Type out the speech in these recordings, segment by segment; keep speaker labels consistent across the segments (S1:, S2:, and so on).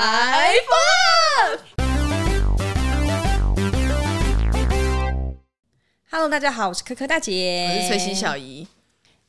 S1: Five Up。Hello，大家好，我是可可大姐，
S2: 我是崔西小姨，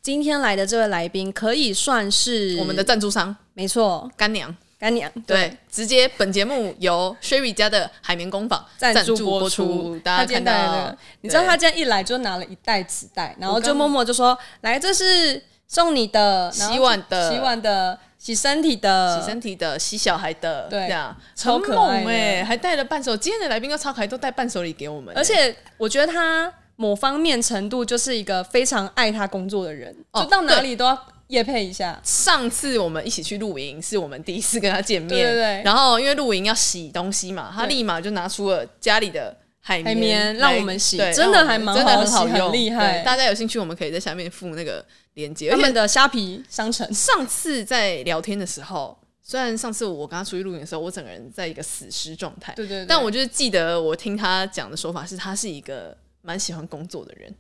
S1: 今天来的这位来宾可以算是
S2: 我们的赞助商
S1: 没错，
S2: 干娘。
S1: 干娘
S2: 对，直接本节目由 Sherry 家的海绵工坊
S1: 赞
S2: 助
S1: 助播
S2: 出，
S1: 他
S2: 大家
S1: 今天
S2: 看
S1: 带来
S2: 到
S1: 的，，你知道
S2: 对
S1: 他今天一来就拿了一袋纸袋，然后
S2: 我
S1: 就
S2: 刚
S1: 默默就说：“来，这是送你的然后
S2: 洗碗的
S1: 洗碗的、洗身体的。”
S2: 洗身体的、洗小孩的，
S1: 对
S2: 这样
S1: 超可爱的
S2: 很猛欸还带了伴手。今天的来宾跟超可爱，都带伴手礼给我们欸，
S1: 而且我觉得他某方面程度就是一个非常爱他工作的人，
S2: 哦
S1: 就到哪里都要夜配一下。
S2: 上次我们一起去露营，是我们第一次跟他见面。
S1: 对对对
S2: 然后因为露营要洗东西嘛，他
S1: 对
S2: 立马就拿出了家里的海
S1: 海绵
S2: 绵来，
S1: 让我们洗
S2: 对
S1: 真的
S2: 让我们
S1: 还蛮
S2: 真的
S1: 好
S2: 很好
S1: 洗很
S2: 用，
S1: 厉害
S2: 对大家有兴趣，我们可以在下面附那个链接。
S1: 他
S2: 而且
S1: 们的虾皮商城
S2: 上次在聊天的时候，虽然上次我跟他出去露营的时候，我整个人在一个死尸状态，
S1: 对对对
S2: 但我就是记得我听他讲的说法是，他是一个蛮喜欢工作的人，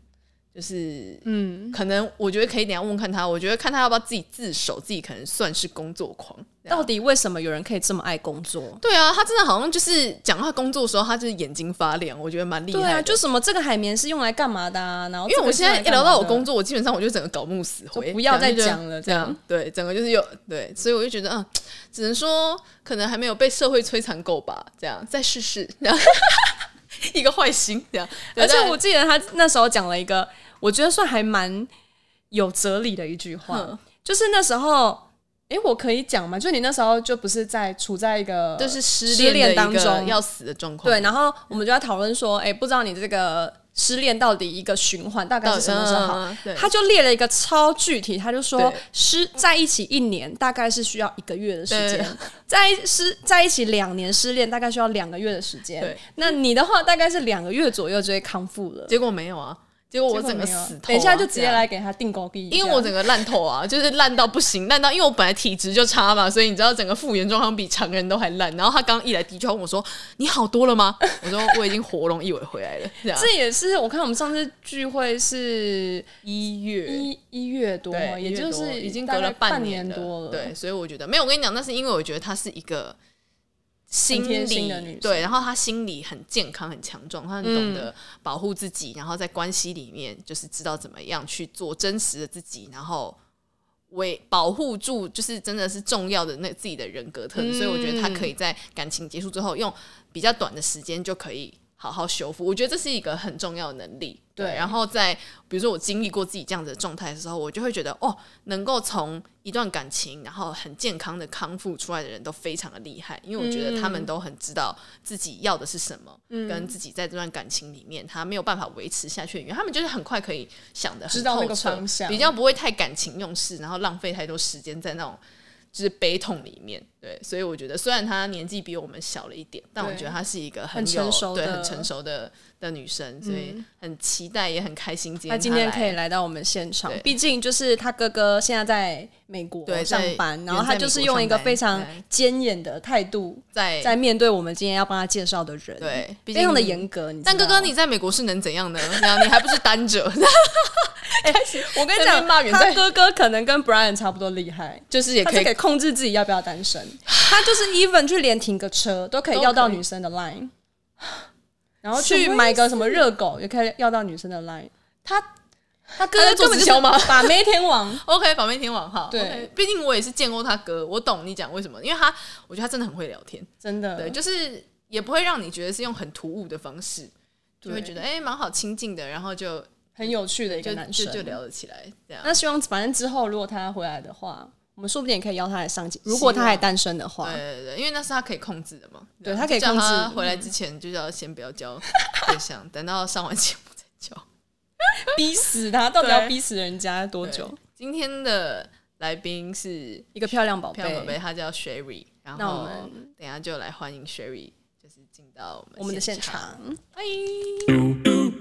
S2: 就是
S1: 嗯，
S2: 可能我觉得可以等一下问问看他，我觉得看他要不要自己自首，自己可能算是工作狂。这样
S1: 到底为什么有人可以这么爱工作？
S2: 对啊，他真的好像就是讲他工作的时候，他就是眼睛发亮，我觉得蛮厉害
S1: 对
S2: 的。
S1: 啊，就什么这个海绵是用来干嘛的啊？然后
S2: 因为我现在一聊到我工
S1: 作，
S2: 作，我基本上我就整个搞木死
S1: 就
S2: 灰，
S1: 不要再
S2: 这样
S1: 讲了
S2: 这样对，整个就是有对，所以我就觉得啊，只能说可能还没有被社会摧残够吧，这样再试试，这 样一个坏心这样。对
S1: 而且
S2: 但
S1: 我记得他那时候讲了一个，我觉得算还蛮有哲理的一句话，
S2: 嗯
S1: 就是那时候，诶，我可以讲吗？就你那时候就不是在处在一个
S2: 就是失
S1: 失恋
S2: 恋的一个
S1: 当中
S2: 要死的状况，
S1: 对，然后我们就要讨论说，哎、不知道你这个失恋到底一个循环大概
S2: 到
S1: 是什么时候好？
S2: 嗯对，
S1: 他就列了一个超具体，他就说
S2: 对
S1: 失在一起一年大概是需要一个月的时间
S2: 对，
S1: 在一失在一起两年失恋大概需要两个月的时间
S2: 对。
S1: 那你的话大概是两个月左右就会康复了。
S2: 结果没有啊，结果我
S1: 结果
S2: 整个
S1: 没有
S2: 死透啊、
S1: 等一下就直
S2: 这
S1: 接
S2: 样
S1: 来给他定高低，
S2: 因为我整个烂透啊，就是烂到不行，烂到因为我本来体质就差嘛，所以你知道整个复原状况比常人都还烂。然后他刚一来第一句话问我说：“你好多了吗？”我说：“我已经活龙一尾回来了。”这样
S1: 这也是我看我们上次聚会是
S2: 一月。
S1: 一一月多，
S2: 对，
S1: 也
S2: 一月
S1: 就
S2: 多
S1: 是
S2: 已经
S1: 大
S2: 隔了
S1: 概半
S2: 年
S1: 多了，
S2: 对，所以我觉得没有。我跟你讲，那是因为我觉得她是一个心
S1: 很贴心
S2: 理
S1: 的女生
S2: 对，然后她心理很健康、很强壮，她很懂得保护自己，然后在关系里面就是知道怎么样去做真实的自己，然后为保护住，就是真的是重要的那自己的人格特质，所以我觉得他可以在感情结束之后，用比较短的时间就可以好好修复。我觉得这是一个很重要的能力。
S1: 对
S2: 然后在比如说我经历过自己这样子的状态的时候，我就会觉得哦，能够从一段感情然后很健康的康复出来的人都非常的厉害，因为我觉得他们都很知道自己要的是什么，跟自己在这段感情里面他没有办法维持下去的原因，他们就是很快可以想的
S1: 知道那个方向
S2: 比较不会太感情用事，然后浪费太多时间在那种就是悲痛里面。对，所以我觉得虽然她年纪比我们小了一点，但我
S1: 对
S2: 觉得她是一个
S1: 很
S2: 有
S1: 成熟
S2: 对
S1: 的
S2: 很成熟的的女生，所以很期待也很开心今
S1: 他
S2: 天
S1: 今天可以
S2: 来。
S1: 来到我们现场
S2: 对，
S1: 毕竟就是他哥哥现在在美国
S2: 对
S1: 上
S2: 在
S1: 班，然后
S2: 远
S1: 他
S2: 在
S1: 就
S2: 美
S1: 是
S2: 国
S1: 用
S2: 上
S1: 一个
S2: 班
S1: 非常
S2: 对
S1: 坚毅的态度
S2: 在
S1: 在面对我们今天要帮他介绍的人，
S2: 对毕
S1: 非常的
S2: 竟
S1: 严格。你知
S2: 但哥哥，
S1: 道
S2: 你在美国是能怎样呢？然后你还不是单着，
S1: 我跟你讲，
S2: 在那边骂远
S1: 他
S2: 在
S1: 哥哥可能跟 Brian 差不多厉害。
S2: 就是也
S1: 他
S2: 可
S1: 就
S2: 以
S1: 可以控制自己要不要单身， 他就是 even 去连停个车都可以
S2: 都
S1: 要到
S2: 可以
S1: 女生的 line，然后
S2: 什么
S1: 去
S2: 意
S1: 买个什么热狗也可以要到女生的 line。他他哥
S2: 他在
S1: 哥
S2: 做
S1: 根本就是
S2: 直销吗
S1: 把妹天王，
S2: OK，宝贝天王哈，
S1: 对
S2: OK，毕竟我也是见过他哥，我懂你讲为什么，因为他我觉得他真的很会聊天，
S1: 真的
S2: 对，就是也不会让你觉得是用很突兀的方式，就会
S1: 对
S2: 觉得哎蛮、好亲近的，然后就
S1: 很有趣的一个
S2: 就
S1: 男
S2: 就
S1: 生。
S2: 就聊得起来这样。
S1: 那希望反正之后如果他回来的话，我们说不定也可以邀他来上节。如
S2: 望
S1: 果他还单身的话
S2: 对，对对，因为那是他可以控制的嘛。
S1: 啊对
S2: 这样
S1: 他可以
S2: 就叫
S1: 控制嗯
S2: 他回来之前就要先不要交 对象，等到上完节目再交。
S1: 逼死他，到底要
S2: 对
S1: 逼死人家多
S2: 对
S1: 久？？
S2: 今天的来宾是
S1: 一个漂亮宝
S2: 漂亮宝贝，
S1: 贝，
S2: 她叫 Sherry，然
S1: 那我
S2: 后
S1: 们
S2: 等一下就来欢迎 Sherry，就是进到
S1: 我们的现
S2: 现
S1: 场，
S2: 欢迎。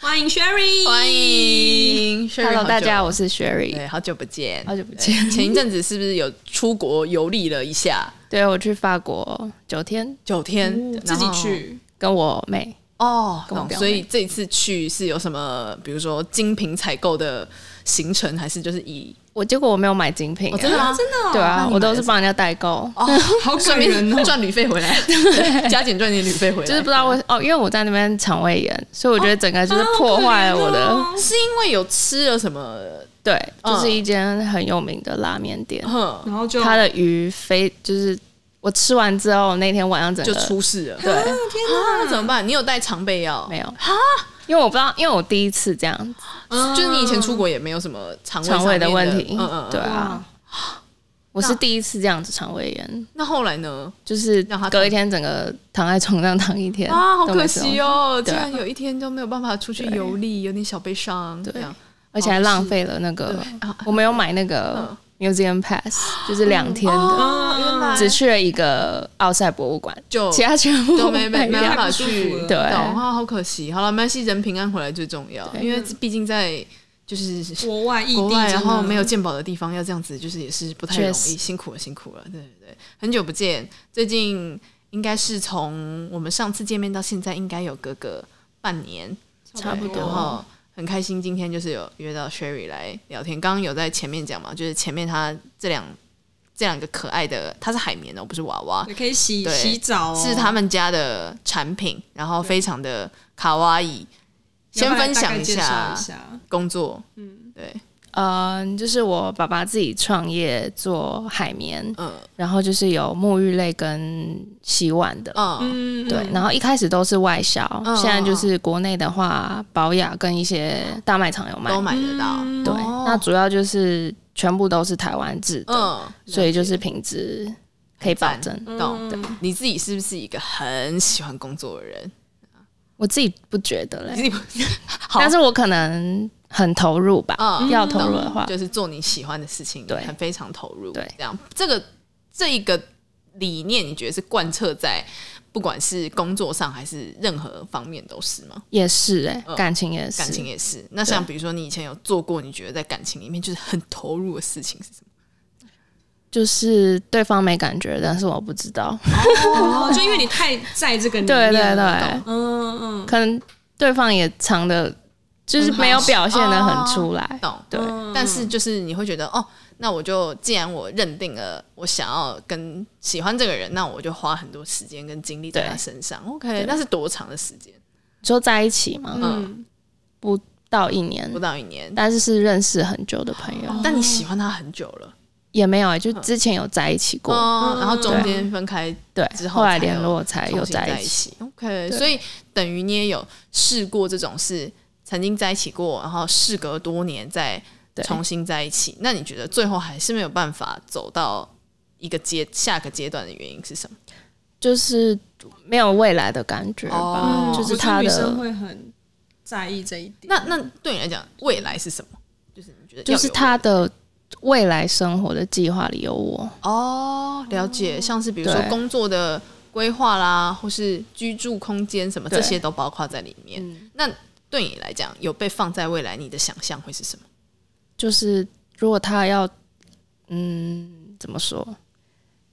S1: 欢迎 Sherry，
S2: 欢迎 Sherry，
S3: Hello，
S2: 好久
S3: 大家，我是 Sherry，
S2: 对，好久不见，
S3: 好久不见。
S2: 前一阵子是不是有出国游历了一下嗯
S3: 对我去法国九天，
S2: 九天，
S1: 自
S2: 然
S1: 己
S2: 后
S1: 去。
S3: 跟我妹，
S2: 哦，
S3: 跟我
S2: 懂
S3: 表妹
S2: 所以这一次去是有什么，比如说精品采购的行程，还是就是以
S4: 我结果我没有买精品、啊
S2: 哦真的吗？真的
S4: 对啊
S1: 哦
S2: 那，你
S4: 我都
S2: 买的
S4: 是
S2: 是
S4: 帮人家代购，
S2: 哦，
S1: 好
S2: 顺
S1: 感人哦
S2: 便！赚旅费回 来，加减赚点旅费回来，哦
S4: 就是不知道为哦，因为我在那边肠胃炎，所以我觉得整个
S2: 啊
S4: 就是破坏了我的。
S2: 是因为有吃了什么，
S4: 对，
S2: 哦嗯哦
S4: 就是一间很有名的拉面店，
S2: 哼，
S1: 哦然后就
S4: 它的鱼非就是我吃完之后那天晚上整
S2: 就
S4: 个
S2: 出事了。啊
S4: 对、
S2: 天哪，那怎么办？你有带常备药？
S4: 没有因为我不知道，因为我第一次这样
S2: 就是你以前出国也没有什么嗯肠胃
S4: 肠胃
S2: 上面
S4: 问
S2: 的
S4: 题，
S2: 嗯嗯，嗯
S4: 对。啊，我是第一次这样子肠胃炎，
S2: 那后来呢？
S4: 就是
S2: 让它
S4: 隔
S2: 痛
S4: 一天整个躺在床上躺一天
S2: 啊，好
S4: 都没
S2: 可
S4: 吃东
S2: 惜
S4: 西，
S2: 哦，竟
S4: 对
S2: 然有一天都没有办法出去游历，有点小悲伤。啊
S4: 对
S2: 这样
S4: 而且还浪费了那个
S2: 啊
S4: 我没有买那个 museum pass，就是两天的，
S2: 嗯哦，原来
S4: 只去了一个奥赛博物馆，
S2: 就
S4: 其他全部
S2: 都哦没没
S4: 买
S2: 没
S4: 掉
S2: 办法
S1: 太不舒
S2: 去
S1: 服了
S4: 对
S2: 懂啊，好可惜。好了，没关系，人平安回来最重要，因为毕竟在就是
S1: 国外异
S2: 国
S1: 地，
S2: 外，然后没有
S1: 真
S2: 鉴宝的地方要这样子，就是也是不太容
S4: 确
S2: 易，
S4: 实
S2: 辛苦了，辛苦了。对对对，很久不见，最近应该是从我们上次见面到现在，应该有隔个半年，
S4: 差不
S2: 对然
S4: 多。
S2: 后很开心，今天就是有约到 Sherry 来聊天。刚刚有在前面讲嘛，就是前面她这两这两个可爱的，她是海绵哦，不是娃娃
S1: 的，也可以洗
S2: 对
S1: 洗澡哦，
S2: 是他们家的产品，然后非常的卡哇伊。
S1: 要
S2: 先
S1: 不然
S2: 分
S1: 大概
S2: 享一
S1: 介绍
S2: 下
S1: 一下
S2: 工作，嗯，对，
S4: 嗯，就是我爸爸自己创业做海绵，
S2: 嗯
S4: 然后就是有沐浴类跟洗碗的。
S2: 嗯
S1: 嗯，
S4: 对，然后一开始都是外销，
S2: 嗯
S4: 现在就是国内的话，宝雅跟一些大卖场有卖
S2: 都。买得到，
S1: 嗯
S4: 对，
S2: 哦
S4: 那主要就是全部都是台湾制的，
S2: 嗯，
S4: 所以就是品质可以保
S2: 很赞
S4: 证。
S1: 嗯
S2: 懂、你自己是不是一个很喜欢工作的人？
S4: 我自己不觉得嘞，
S2: 你不 好
S4: 但是我可能很投入吧，
S2: 嗯
S4: 要投入的话，
S2: 就是做你喜欢的事情，
S4: 对
S2: 很非常投入，
S4: 对
S2: 这样这个这一个理念，你觉得是贯彻在不管是工作上还是任何方面都是吗？
S4: 也是哎、
S2: 嗯
S4: 感情也是，
S2: 感情也是。那像比如说你以前有做过，你觉得在感情里面就是很投入的事情是什么？
S4: 就是对方没感觉，但是我不知 道，
S1: 哦，就因为你太在这个里
S4: 对
S1: 面
S4: 对
S1: 了，
S4: 对，
S1: 嗯嗯
S4: 可能对方也藏的，就是
S2: 嗯
S4: 没有表现的很出来，
S2: 懂？
S4: 对，
S1: 嗯
S2: 但是就是你会觉得哦，那我就既然我认定了我想要跟喜欢这个人，那我就花很多时间跟精力在
S4: 对
S2: 他身上。OK，那是多长的时间？
S4: 就在一起嘛，
S2: 嗯，
S4: 不到一年
S2: 不，到一年。
S4: 但是是认识很久的朋友，
S2: 但你喜欢他很久了，
S4: 也没有、欸，就之前有在一起过，
S2: 嗯哦，然后中
S4: 对
S2: 间分开
S4: 对，
S2: 之后
S4: 后来
S2: 才有
S4: 联络才
S2: 重
S4: 有
S2: 新在
S4: 一
S2: 一
S4: 起，
S2: 起，OK，所以等于你也有试过这种事，曾经在一起过，然后事隔多年再
S4: 对
S2: 重新在一起。那你觉得最后还是没有办法走到一个阶下个阶段的原因是什么？
S4: 就是没有未来的感觉吧，
S2: 哦
S1: 嗯，
S4: 就是
S1: 我觉得
S4: 他的
S1: 女生会很在意这一点，
S2: 那那对你来讲，未来是什么？就是你觉得
S4: 就是他的未来生活的计划里有我，
S2: 哦，了解，像是比如说
S4: 对
S2: 工作的规划啦，或是居住空间什么，这
S4: 对嗯
S2: 些都包括在里面。那对你来讲，有被放在未来，你的想象会是什么？
S4: 就是如果他要，嗯，怎么说，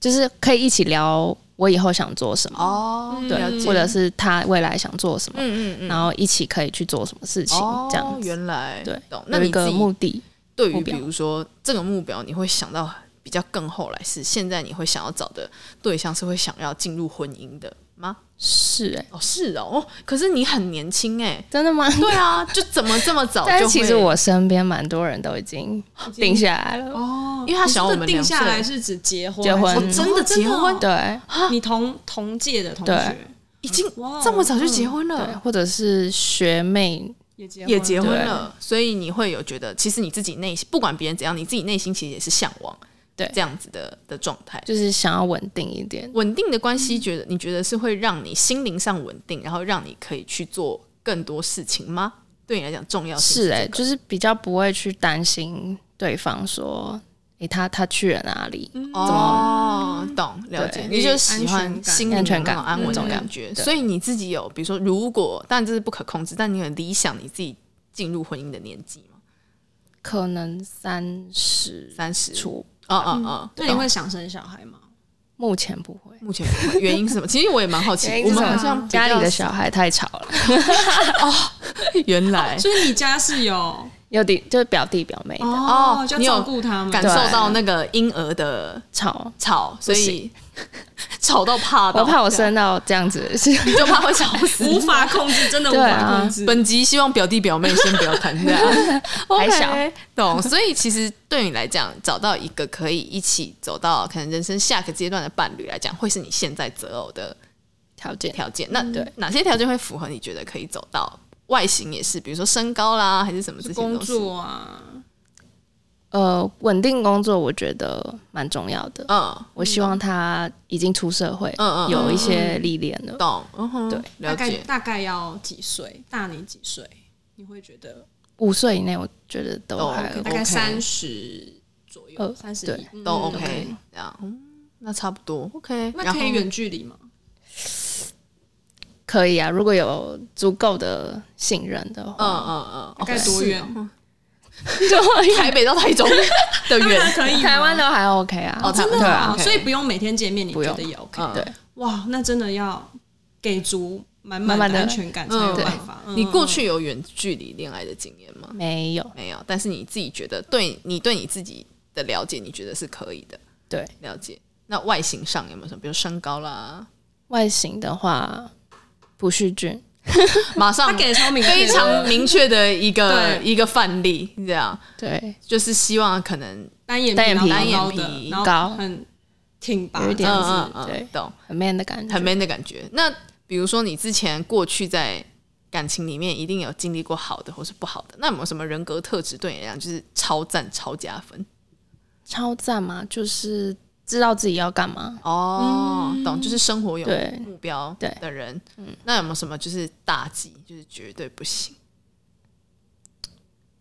S4: 就是可以一起聊我以后想做什么，
S2: 哦，
S1: 嗯
S4: 对
S2: 了，解
S4: 或者是他未来想做什么，
S2: 嗯嗯嗯，
S4: 然后一起可以去做什么事情，这
S2: 哦
S4: 样子。
S2: 原来
S4: 对
S2: 懂。那
S4: 有一
S2: 你
S4: 个
S2: 自
S4: 目
S2: 己
S4: 的，
S2: 对于
S4: 目标
S2: 比如说这个目标，你会想到比较更后来是现在你会想要找的对象是会想要进入婚姻的吗？
S4: 是哎、
S2: 哦，是哦，哦可是你很年轻哎。
S4: 真的吗？
S2: 对啊，就怎么这么早
S4: 但
S2: 就是
S4: 其实
S2: 会
S4: 我身边蛮多人都已经定下来了，
S1: 哦，
S2: 因为他小我们
S1: 你说的定
S2: 两岁
S1: 下来是指结婚
S4: 结
S1: 还是，
S4: 婚
S1: 哦
S2: 真的结婚
S4: 对
S1: 你同同届的同
S4: 对
S1: 学
S2: 已经
S1: 哇哦
S4: 嗯
S2: 这么早就结婚
S4: 对，
S2: 了，
S4: 或者是学妹，
S1: 嗯也结
S2: 也结婚
S1: 了，
S2: 了，所以你会有觉得，其实你自己内心不管别人怎样，你自己内心其实也是向往
S4: 对
S2: 这样子的的状态。
S4: 就是想要稳定一点，
S2: 稳定的关系，觉得你觉得是会让你心灵上稳定，然后让你可以去做更多事情吗？对你来讲重要性
S4: 是哎、
S2: 哎、
S4: 就是比较不会去担心对方说，诶、他他去了哪里？
S2: 嗯哦，懂了解，
S4: 对
S2: 你就喜欢
S1: 安全感
S2: 心灵
S4: 安
S2: 的
S4: 全
S2: 那
S4: 感
S2: 种安稳的
S4: 嗯
S2: 感觉，
S4: 对
S2: 所以你自己有，比如说，如果但这是不可控制，但你很理想你自己进入婚姻的年纪吗？
S4: 可能三十
S2: 三十，
S4: 出，
S2: 啊啊啊！
S1: 嗯那你会想生小孩吗？
S4: 目前不会。
S2: 目前不会原因是什 么？其实我也蛮好奇
S4: 原，
S2: 嗯
S4: 因
S2: 我
S4: 是
S2: 们
S4: 什么
S2: 好像比较
S4: 家里的小孩太吵了，
S2: 原来
S1: 所以你家是有
S4: 有弟就是表弟表妹的
S1: 哦
S2: 哦，
S1: 就
S2: 你有
S1: 照顾他们，
S2: 感受到那个婴儿的
S4: 吵，
S2: 吵，所以 吵到怕到，
S4: 我怕我生到这样子是
S2: 你就怕会吵死。
S1: 无法控制，真的无
S4: 对
S1: 法
S4: 啊
S1: 控制。
S2: 本集希望表弟表妹先不要谈 恋爱，
S4: 还
S2: OK，
S4: 小
S2: 懂。所以其实对你来讲，找到一个可以一起走到可能人生下个阶段的伴侣来讲，会是你现在择偶的
S4: 条件。
S2: 条件。
S1: 嗯
S2: 那对哪些条件会符合？你觉得可以走到外形也是，比如说身高啦，还是什么这些
S1: 工
S2: 东西？
S1: 作啊，
S4: 呃，稳定工作我觉得蛮重要的。
S2: 嗯，
S4: 我希望他已经出社会，
S2: 嗯嗯
S4: 有一些历练了。
S2: 懂。嗯哼，
S4: 对，
S2: 了
S1: 大概
S2: 解。
S1: 大概要几岁？大你几岁？你会觉得
S4: 五岁以内，我觉得都
S2: 都
S4: 还
S2: OK
S1: 大概
S2: OK
S1: 三十左右，
S4: 呃
S1: 三十
S4: 对
S1: 一嗯
S2: 都
S1: OK
S2: OK，这样，嗯那差不多 OK。
S1: 那可以
S2: 然后
S1: 远距离吗？
S4: 可以啊。如果有足够的信任的
S2: 嗯
S4: 话，
S2: 嗯嗯，
S1: 大概多 远？
S2: 对，台北到台中的
S1: 当然
S2: 远，
S1: 可以吗，
S4: 台湾都还 OK 啊。
S2: 哦台湾
S1: 真
S4: 对
S1: 的
S4: 啊
S1: 啊，
S2: OK
S1: 所以不用每天见面，你
S4: 不
S1: 觉
S4: 用
S1: 得也 OK？
S2: 嗯
S4: 对
S1: 哇，那真的要给足满
S4: 满
S1: 满
S4: 满
S1: 的
S4: 的
S1: 安全感才有
S2: 嗯
S1: 办法。嗯
S2: 你过去有远距离恋爱的经验吗？
S4: 没有，
S2: 没有，但是你自己觉得对你对你自己的了解，你觉得是可以的
S4: 对
S2: 了解。那外形上有没有什么，比如身高啦？
S4: 外形的话，不是俊，
S2: 马上
S1: 他给的超明确的
S2: 非常明确的一个
S1: 对
S2: 一个范例，这样
S4: 对，
S2: 就是希望可能
S1: 单眼
S4: 单眼
S1: 皮，
S4: 皮
S1: 然后高
S2: 单眼
S1: 的，
S2: 皮
S1: 然后
S4: 高
S1: 很挺拔，
S4: 有一
S1: 这
S4: 点
S1: 样
S2: 嗯
S1: 子
S2: 嗯嗯
S4: 对，
S2: 懂
S4: 很 man 的感觉，
S2: 很 man 的感觉。那比如说你之前过去在感情里面一定有经历过好的或是不好的，那有没有什么人格特质对你来讲就是超赞超加分？
S4: 超赞嘛，就是知道自己要干嘛。
S2: 哦，懂，就是生活有
S4: 嗯对
S2: 目标
S4: 对嗯
S2: 的人。那有没有什么就是大忌，就是绝对不行？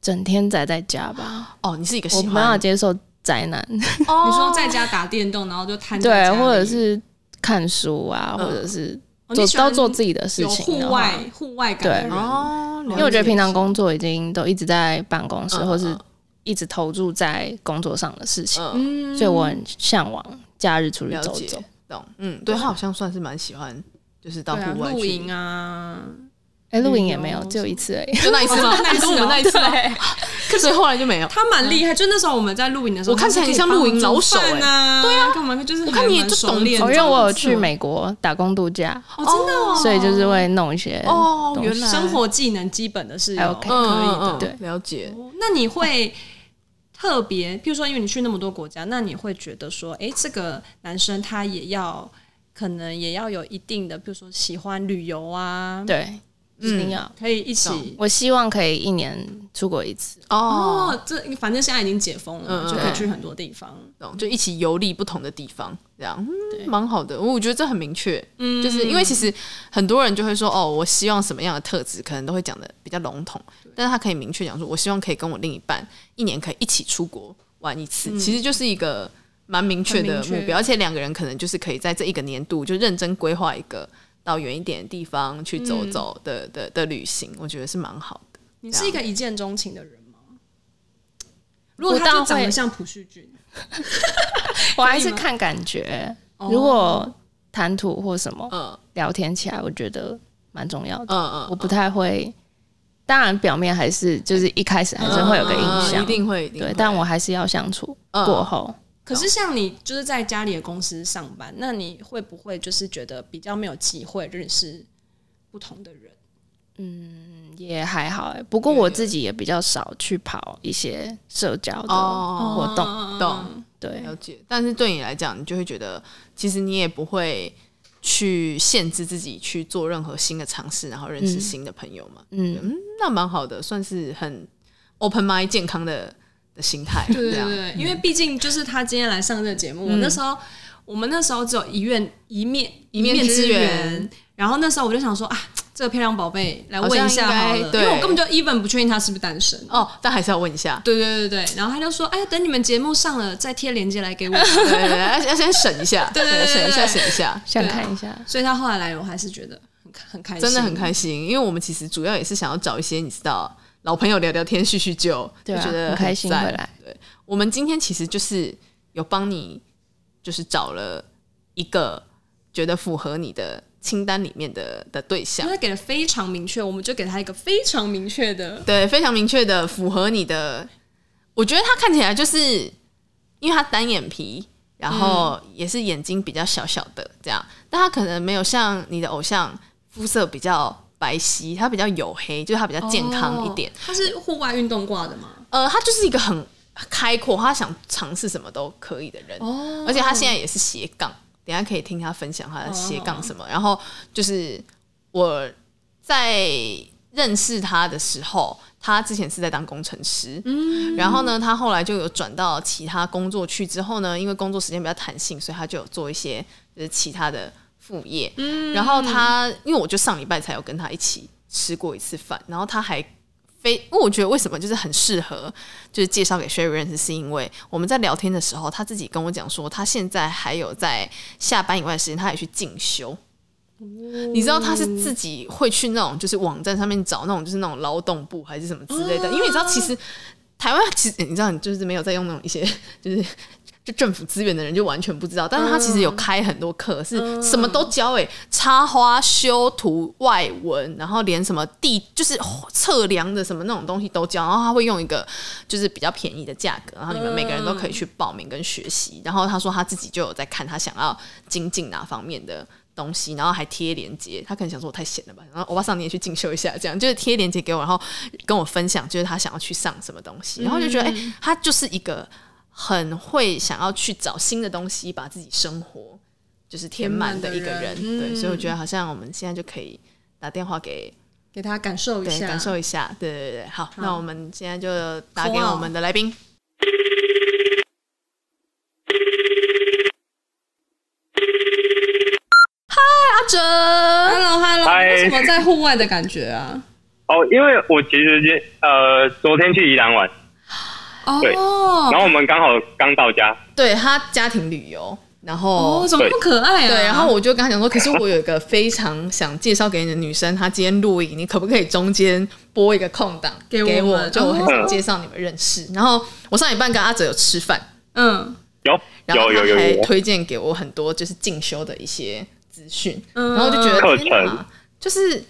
S4: 整天宅在家吧，
S2: 哦，你是一个
S4: 我
S2: 喜
S4: 没办法
S2: 欢
S4: 接受宅男，
S2: 哦
S1: 你说在家打电动，然后就瘫在
S4: 对
S1: 家，里
S4: 或者是看书啊，
S2: 嗯
S4: 或者是
S1: 哦
S4: 做
S1: 你喜欢
S4: 都做自己的事
S1: 有
S4: 情
S1: 户
S4: 的话，
S1: 外户外感的
S4: 对
S1: 人，
S2: 哦，因
S4: 因为我觉得平常工作已经都一直在办公室，
S2: 嗯
S4: 或是一直投注在工作上的事情，
S2: 嗯
S1: 嗯
S4: 所以我很向往假日出去
S2: 了
S4: 走
S2: 解
S4: 走。
S2: 懂，嗯，对他好像算是蛮喜欢，就是到
S1: 对啊
S2: 户外
S1: 露
S2: 去
S1: 营啊，
S4: 哎，露营
S1: 旅
S4: 也
S1: 游
S4: 没有，只有一次而已。
S2: 就 那一次吗？
S1: 那一次哦
S2: 就我们那一次吗？
S4: 哦
S2: 所以后来就没有。
S1: 他蛮厉害，就那时候我们在露营的时候，
S2: 我看起来很像露营老手哎
S1: 对啊，干嘛就是
S2: 我看你也
S1: 还蛮
S2: 就
S1: 熟
S2: 懂
S1: 练
S4: 哦，
S1: 的，
S4: 因为我有去美国打工度假，
S1: 哦，真的哦，
S4: 所以就是会弄一些
S2: 哦，
S4: 懂
S2: 原来
S1: 生活技能基本的是有
S4: 还 OK
S2: 嗯嗯
S1: 可以的。
S2: 嗯
S4: 对
S2: 了解。
S1: 哦那你会特别，譬如说，因为你去那么多国家，那你会觉得说，诶，这个男生他也要可能也要有一定的，譬如说喜欢旅游啊，，
S4: 对，
S2: 嗯
S4: 一定要。
S1: 可以一起。
S4: 我希望可以一年出国一次，
S2: 哦，
S1: 哦，这反正现在已经解封了
S2: 嗯嗯
S1: 嘛，就可以去很多地方。
S2: 懂，就一起游历不同的地方，这样，嗯，蛮好的。我觉得这很明确，嗯，就是因为其实很多人就会说，哦，我希望什么样的特质，可能都会讲的比较笼统，但是他可以明确讲说，我希望可以跟我另一半一年可以一起出国玩一次，其实就是一个蛮嗯明确的
S1: 很明确
S2: 目标，而且两个人可能就是可以在这一个年度就认真规划一个到远一点的地方去走走的、的的旅行，我觉得是蛮好的。
S1: 你是一个一见钟情的人吗？
S2: 啊
S1: 如果他
S4: 我倒
S1: 就
S4: 会
S1: 长得像朴叙俊，
S4: 我还是看感觉。
S2: 哦
S4: 如果谈吐或什么
S2: 嗯
S4: 聊天起来，我觉得蛮重要的。
S2: 嗯嗯，
S4: 我不太会，当然表面还是就是一开始还是会有个
S2: 嗯嗯
S4: 印
S2: 一
S4: 象，
S2: 定会，一定
S4: 对
S2: 会，
S4: 但我还是要相处
S2: 嗯
S4: 过后。
S1: 可是像你就是在家里的公司上
S2: 嗯
S1: 班，那你会不会就是觉得比较没有机会认识不同的人？
S2: 嗯
S4: 也还好哎、不过我自己也比较少去跑一些社交的
S2: 哦，
S4: 活动，
S2: 懂。
S1: 嗯
S4: 对
S2: 了解，但是对你来讲，你就会觉得其实你也不会去限制自己去做任何新的尝试，然后认识新的朋友嘛。
S4: 嗯
S2: 嗯，那蛮好的，算是很 open mind 健康的的心态。
S1: 对
S2: 这
S1: 对
S2: 样
S1: 对，因为毕竟就是他今天来上这个节目，我那时候我们那时候只有一面一面
S2: 嗯一面之
S1: 之
S2: 缘
S1: 缘，然后那时候我就想说啊，这个漂亮宝贝来问一下
S2: 好像
S1: 好
S2: 应该
S1: 了，因
S2: 对
S1: 为我根本就 even 不确定他是不是单身。。
S2: 哦，但还是要问一下
S1: 对对对对，然后他就说：“哎，等你们节目上了再贴链接来给我。
S2: 对对对，要要先审一下，
S1: 对对对对
S2: 审一下，
S1: 对
S2: 审一下，
S4: 想看一下，”
S1: 所以他后来来，我还是觉得很开很开心，
S2: 真的很开心。因为我们其实主要也是想要找一些你知道老朋友聊聊天、叙叙旧，
S4: 对
S2: 就
S4: 啊，
S2: 觉得
S4: 很开心
S2: 赞
S4: 回来，
S2: 我们今天其实就是有帮你，就是找了一个觉得符合你的清单里面的的对象
S1: 因为。他给的非常明确，我们就给他一个非常明确的，
S2: 对，非常明确的符合你的。我觉得他看起来就是，因为他单眼皮，然后
S1: 嗯
S2: 也是眼睛比较小小的这样，但他可能没有像你的偶像肤色比较白皙，他比较黝黑，就是他比较健康一点
S1: 哦。他是户外运动挂的嘛？
S2: 呃，他就是一个很开阔，他想尝试什么都可以的人。
S1: 哦
S2: 而且他现在也是斜杠，等一下可以听他分享他的斜杠什么。然后就是我在认识他的时候，他之前是在当工程师，嗯，然后呢，他后来就有转到其他工作去之后呢，因为工作时间比较弹性，所以他就有做一些就是其他的副业，嗯，然后他因为我就上礼拜才有跟他一起吃过一次饭，然后他还。非，因为我觉得为什么就是很适合，就是介绍给 Sherry 认识，是因为我们在聊天的时候，他自己跟我讲说，他现在还有在下班以外的时间，他也去进修。你知道他是自己会去那种就是网站上面找那种就是那种劳动部还是什么之类的，因为你知道其实台湾其实你知道你就是没有在用那种一些就是就政府资源的人就完全不知道，但是他其实有开很多课，是什么都教诶、插花、修图、外文，然后连什么地就是测量的什么那种东西都教，然后他会用一个就是比较便宜的价格，然后你们每个人都可以去报名跟学习。然后他说他自己就有在看他想要精进哪方面的。东西，然后还贴链接，他可能想说我太闲了吧，然后欧巴桑你也去进修一下，这样就是贴链接给我，然后跟我分享，就是他想要去上什么东西，然后就觉得哎、
S1: 嗯
S2: 诶他就是一个很会想要去找新的东西，把自己生活就是填满的一个
S1: 填
S2: 人。
S1: 满的人嗯
S2: 对，所以我觉得好像我们现在就可以打电话给，
S1: 给他感受一
S2: 对，
S1: 下，
S2: 感受一下。对对对，好，那我们现在就打给我们的来宾。
S1: h e l l o h e l l o
S5: 嗨
S1: 为什么在户外的感觉啊？
S5: 哦，因为我其实今呃昨天去宜兰玩，
S2: 哦
S5: 对
S1: 哦
S5: 然后我们刚好刚到家，
S2: 对他家庭旅游，然后、
S1: 哦，怎么那么可爱啊？
S2: 对，然后我就跟他讲说，可是我有一个非常想介绍给你的女生，她今天录影，你可不可以中间拨一个空档
S1: 给我们
S2: 我？就我很想
S5: 哦
S2: 介绍你们认识。 然后我上一半跟阿哲有吃饭，
S1: 嗯，
S5: 有
S2: 然后
S5: 有有
S2: 他
S5: 有
S2: 还
S5: 有，
S2: 推荐给我很多就是进修的一些资讯，
S1: 嗯
S2: 然后我就觉得
S5: 课
S2: 天哪
S5: 程
S2: 就是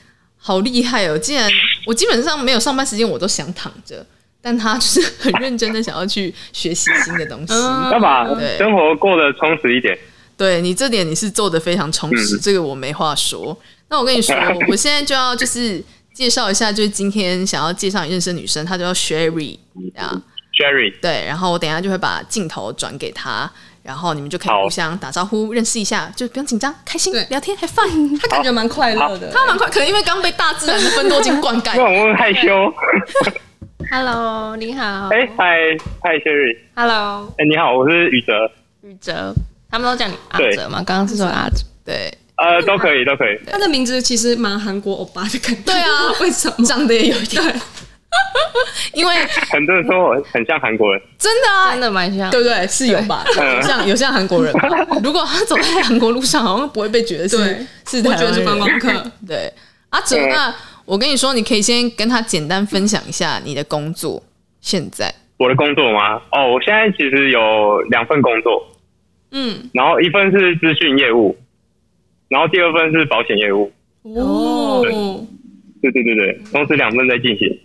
S2: 好厉害哦！竟然我基本上没有上班时间，我都想躺着，但他就是很认真的想要去学习新的东西。
S1: 嗯
S5: 要把
S2: 对
S5: 生活过得充实一点。
S2: 对你这点你是做的非常充实，
S5: 嗯
S2: 这个我没话说。那我跟你说，我现在就要就是介绍一下，就是今天想要介绍你认识的女生，她叫 Sherry 啊。
S5: Jerry，
S2: 对，然后我等一下就会把镜头转给他，然后你们就可以
S5: 好
S2: 互相打招呼，认识一下，就不用紧张，开心
S1: 对
S2: 聊天，have fun。
S1: 他感觉蛮快乐的。
S2: 他蛮快，可能因为刚被大自然的分多精灌
S5: 因为
S2: 溉。
S5: 我们害羞。
S4: Hello，你好
S2: 哦
S5: 哎，嗨嗨，Jerry，
S4: ，Hello，
S5: 哎，你好，我是宇哲，
S4: 宇哲，他们都叫你阿
S5: 对
S4: 哲嘛？刚刚是说阿哲，
S2: 对，
S5: 呃，都可以都可以。
S1: 他的名字其实蛮韩国欧巴的感觉。
S2: 对啊
S1: 为什么？
S2: 长得也有一点，因为
S5: 很多人说我很像韩国人，
S2: 真的啊
S4: 真，的蛮像。
S2: 对不对？是有吧？有像有像韩国人吧？如果他走在韩国路上，好像不会被觉得是
S1: 对
S2: 是
S1: 我
S2: 台
S1: 觉得
S2: 湾
S1: 是观光
S2: 人。
S1: 客。
S2: 对，阿哲，
S5: 嗯
S2: 那我跟你说，你可以先跟他简单分享一下你的工作，现在。
S5: 我的工作吗？哦，我现在其实有两份工作，
S1: 嗯，
S5: 然后一份是资讯业务，然后第二份是保险业务。
S1: 哦，
S5: 对对对对，
S2: 嗯
S5: 同时两份在进行。